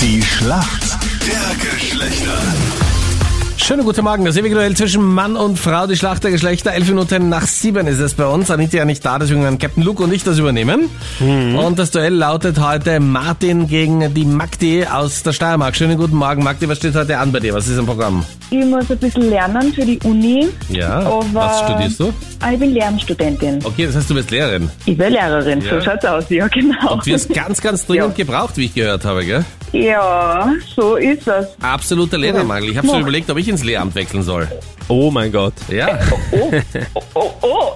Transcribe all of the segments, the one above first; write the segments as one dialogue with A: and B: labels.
A: Die Schlacht der Geschlechter.
B: Schönen guten Morgen. Das ewige Duell zwischen Mann und Frau, die Schlacht der Geschlechter. Elf Minuten nach sieben ist es bei uns. Anita ja nicht da, deswegen werden Captain Luke und ich das übernehmen. Und das Duell lautet heute Martin gegen die Magdi aus der Steiermark. Schönen guten Morgen, Magdi. Was steht heute an bei dir? Was ist im Programm?
C: Ich muss ein bisschen lernen für die Uni.
B: Ja,
D: Oh,
C: aber
B: was studierst du?
C: Ah, ich bin Lernstudentin.
B: Okay, das heißt, du bist Lehrerin.
C: Ich bin Lehrerin,
B: Ja.
C: so schaut's aus, ja genau.
B: Und wirst ganz, ganz dringend gebraucht, wie ich gehört habe, gell?
C: ja, so ist das.
B: Absoluter Lehrermangel. Ich habe schon überlegt, ob ich ins Lehramt wechseln soll.
D: Oh mein Gott.
B: Ja.
C: Oh, oh, oh, oh,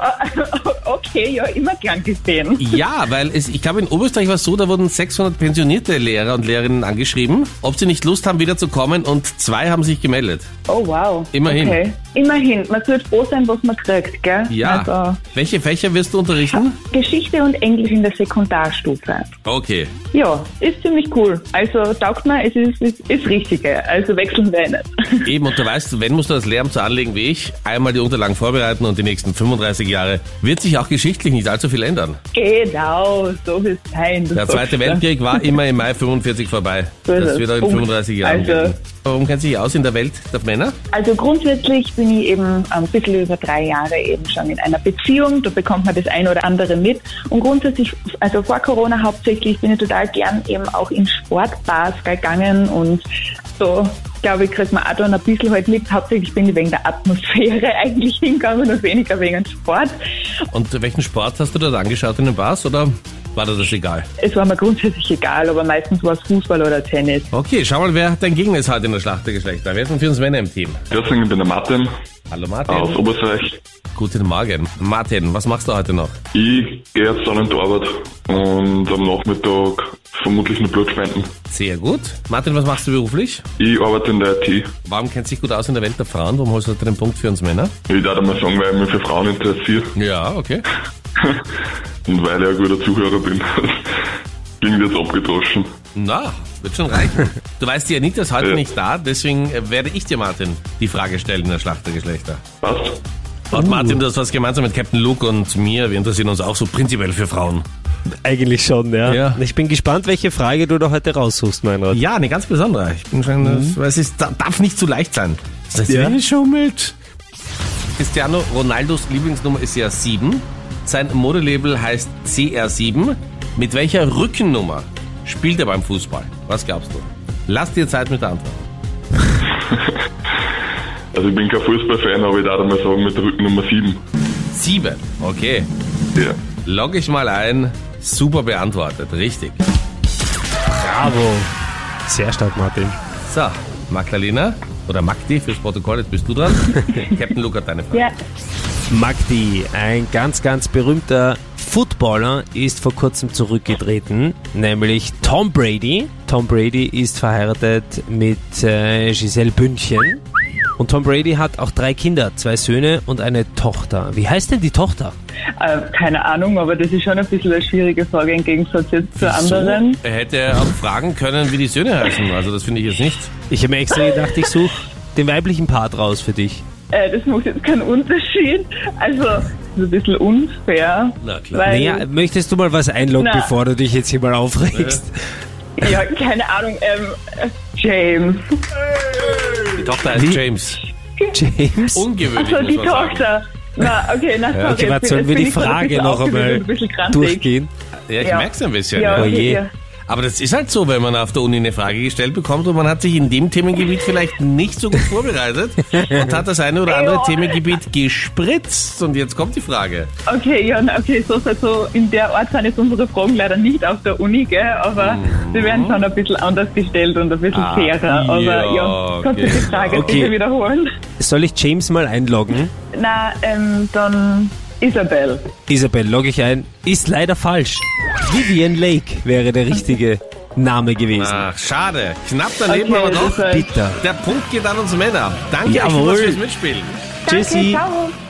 C: okay, ja, immer gern gesehen.
B: Ja, weil es, ich glaube, in Oberösterreich war es so, da wurden 600 pensionierte Lehrer und Lehrerinnen angeschrieben, ob sie nicht Lust haben, wieder zu kommen und zwei haben sich gemeldet.
C: Oh wow.
B: Immerhin.
C: Okay. Immerhin, man sollte froh sein, was man kriegt, gell?
B: Ja.
C: Also,
B: Welche Fächer wirst du unterrichten?
C: Geschichte und Englisch in der Sekundarstufe.
B: Okay.
C: Ja, ist ziemlich cool. Also taugt mir, es ist, ist, ist Richtige. Also wechseln wir nicht.
B: Eben, und du weißt, wenn musst du das Lehramt so anlegen wie ich, einmal die Unterlagen vorbereiten und die nächsten 35 Jahre wird sich auch geschichtlich nicht allzu viel ändern.
C: genau, so wird es sein. das
B: Der
C: sagst
B: Zweite
C: du.
B: Weltkrieg war immer im Mai 45 vorbei.
C: So ist
B: das
C: es.
B: wird auch in
C: Punkt.
B: 35 Jahren
C: Also-
B: geben. Warum kennt sich aus in der Welt der Männer?
C: Also grundsätzlich bin ich eben ein bisschen über drei Jahre eben schon in einer Beziehung. Da bekommt man das ein oder andere mit. Und grundsätzlich, also vor Corona hauptsächlich, bin ich total gern eben auch in Sportbars gegangen und so. glaube ich, kriegt man auch dann ein bisschen halt mit. Hauptsächlich bin ich wegen der Atmosphäre eigentlich hingegangen und weniger wegen dem Sport.
B: Und welchen Sport hast du dort angeschaut in den Bars oder war dir das egal?
C: Es war mir grundsätzlich egal, aber meistens war es Fußball oder Tennis.
B: Okay, schau mal, wer dein Gegner ist heute in der Schlacht der Geschlechter. Wer ist denn für uns Männer im Team?
E: Deswegen bin der Martin
B: Hallo Martin.
E: aus Oberösterreich.
B: Guten Morgen. Martin, was machst du heute noch?
E: Ich gehe jetzt dann in die Arbeit und am Nachmittag vermutlich nur Blut spenden.
B: Sehr gut. Martin, was machst du beruflich?
E: Ich arbeite in der IT.
B: Warum kennt sich gut aus in der Welt der Frauen? Warum holst du heute den Punkt für uns Männer?
E: Ich darf mal sagen, weil ich mich für Frauen interessiere
B: Ja, okay.
E: und weil ich ein guter Zuhörer bin. Klingt jetzt abgedroschen.
B: Na, wird schon reichen. Du weißt ja nicht, dass heute
E: Ja.
B: nicht da, deswegen äh, werde ich dir, Martin, die Frage stellen in der Schlacht der Geschlechter.
E: Passt.
B: Und Martin, du hast was gemeinsam mit Captain Luke und mir. Wir interessieren uns auch so prinzipiell für Frauen.
D: Eigentlich schon, ja.
B: Ja.
D: Ich bin gespannt, welche Frage du da heute raussuchst, mein Rat.
B: Ja, eine ganz besondere. Ich bin schon, das- weil es ist, da- darf nicht zu leicht sein. Das heißt,
D: Ja.
B: will schon mit. Cristiano Ronaldos Lieblingsnummer ist ja 7. Sein Modelabel heißt CR7. Mit welcher Rückennummer spielt er beim Fußball? Was glaubst du? Lass dir Zeit mit der Antwort.
E: Also ich bin kein Fußballfan, aber ich darf mal sagen, mit der Rückennummer 7.
B: 7. Okay.
E: Ja.
B: Log ich mal ein. Super beantwortet. Richtig.
D: Bravo. Sehr stark, Martin.
B: So, Magdalena oder Magdi fürs Protokoll, jetzt bist du dran. Captain Luke hat deine Frage.
C: Ja,
D: Magdi, ein ganz, ganz berühmter Footballer, ist vor kurzem zurückgetreten, nämlich Tom Brady. Tom Brady ist verheiratet mit äh, Giselle Bündchen. Und Tom Brady hat auch drei Kinder, zwei Söhne und eine Tochter. Wie heißt denn die Tochter?
C: äh, keine Ahnung, aber das ist schon ein bisschen eine schwierige Frage im Gegensatz jetzt zu anderen.
B: So, er hätte auch fragen können, wie die Söhne heißen. Also das finde ich jetzt nicht.
D: Ich habe mir extra gedacht, ich suche den weiblichen Part raus für dich.
C: Äh, das macht jetzt keinen Unterschied. Also, das ist ein bisschen unfair.
B: Na klar.
C: Weil,
D: Naja, möchtest du mal was einloggen,
C: Na.
D: bevor du dich jetzt hier mal aufregst?
C: ja, keine Ahnung, ähm, äh, James.
B: Die Tochter heißt James.
D: James?
B: Ungewöhnlich.
C: So, die
B: muss man sagen.
C: Tochter. Na, okay, na, Um sorry.
D: okay,
C: jetzt bin-
D: warte, sollen
C: jetzt
D: wir
C: bin
D: die
C: ich gerade ein
D: Frage
C: bisschen
D: noch
C: aufgewühlt
D: einmal
C: und Ein bisschen grantig.
D: durchgehen? Oh
B: Ja, ich
C: Ja.
B: merke es ein bisschen.
C: Ja,
B: Ja.
D: Oje.
C: okay, ja.
B: Aber das ist halt so, wenn man auf der Uni eine Frage gestellt bekommt und man hat sich in dem Themengebiet vielleicht nicht so gut vorbereitet und hat das eine oder andere
C: Ja.
B: Themengebiet gespritzt. Und jetzt kommt die Frage.
C: Okay, ja, na, okay, so, so, so in der Art sind jetzt unsere Fragen leider nicht auf der Uni, gell, aber sie werden
D: Mhm.
C: schon ein bisschen anders gestellt und ein bisschen
B: Ah,
C: fairer. Aber
B: ja,
C: ja, kannst du
B: okay.
C: die Frage
D: Okay.
C: bitte wiederholen?
D: Soll ich James mal einloggen?
C: Na, ähm, dann Isabel.
D: Isabel, logge ich ein. Ist leider falsch. Vivian Lake wäre der richtige Name gewesen.
B: Ach, schade. Knapp daneben,
C: Okay,
B: aber doch.
C: das heißt-
D: Bitter.
B: Der Punkt geht an uns Männer. Danke euch
D: Jawohl.
B: fürs Mitspielen.
D: Tschüssi.
C: Danke, ciao.